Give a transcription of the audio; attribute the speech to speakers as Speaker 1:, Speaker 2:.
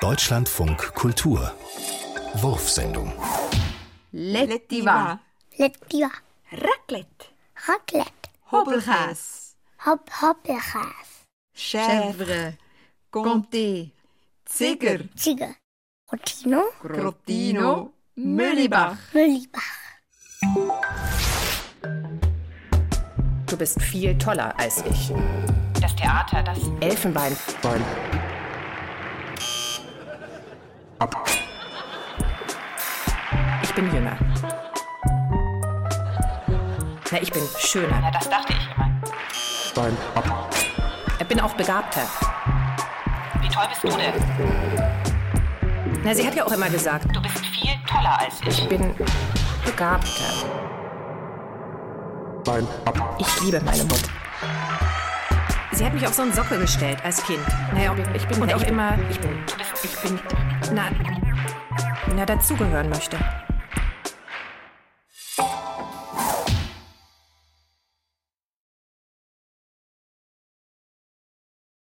Speaker 1: Deutschlandfunk Kultur. Wurfsendung.
Speaker 2: Lettiva.
Speaker 3: Lettiva.
Speaker 2: Raclette.
Speaker 3: Raclette.
Speaker 2: Hobbelkäse.
Speaker 3: Hopp, Hoppelkäse.
Speaker 2: Chèvre. Comté. Ziger.
Speaker 3: Ziege. Rotino.
Speaker 2: Crottino. Müllibach.
Speaker 3: Müllibach.
Speaker 4: Du bist viel toller als ich.
Speaker 5: Das Theater, das
Speaker 4: Elfenbein. Bäum. Ich bin jünger. Na, ich bin schöner.
Speaker 5: Na, das dachte ich immer.
Speaker 4: Bäum. Ich bin auch begabter.
Speaker 5: Wie toll bist du denn?
Speaker 4: Na, sie hat ja auch immer gesagt,
Speaker 5: Du bist viel toller als ich.
Speaker 4: ich bin begabter. Ich liebe meine Mutter. Sie hat mich auf so einen Sockel gestellt als Kind. Naja, ich bin und auch immer, ich bin,
Speaker 5: Du bist
Speaker 4: ich bin, na, na, dazugehören möchte.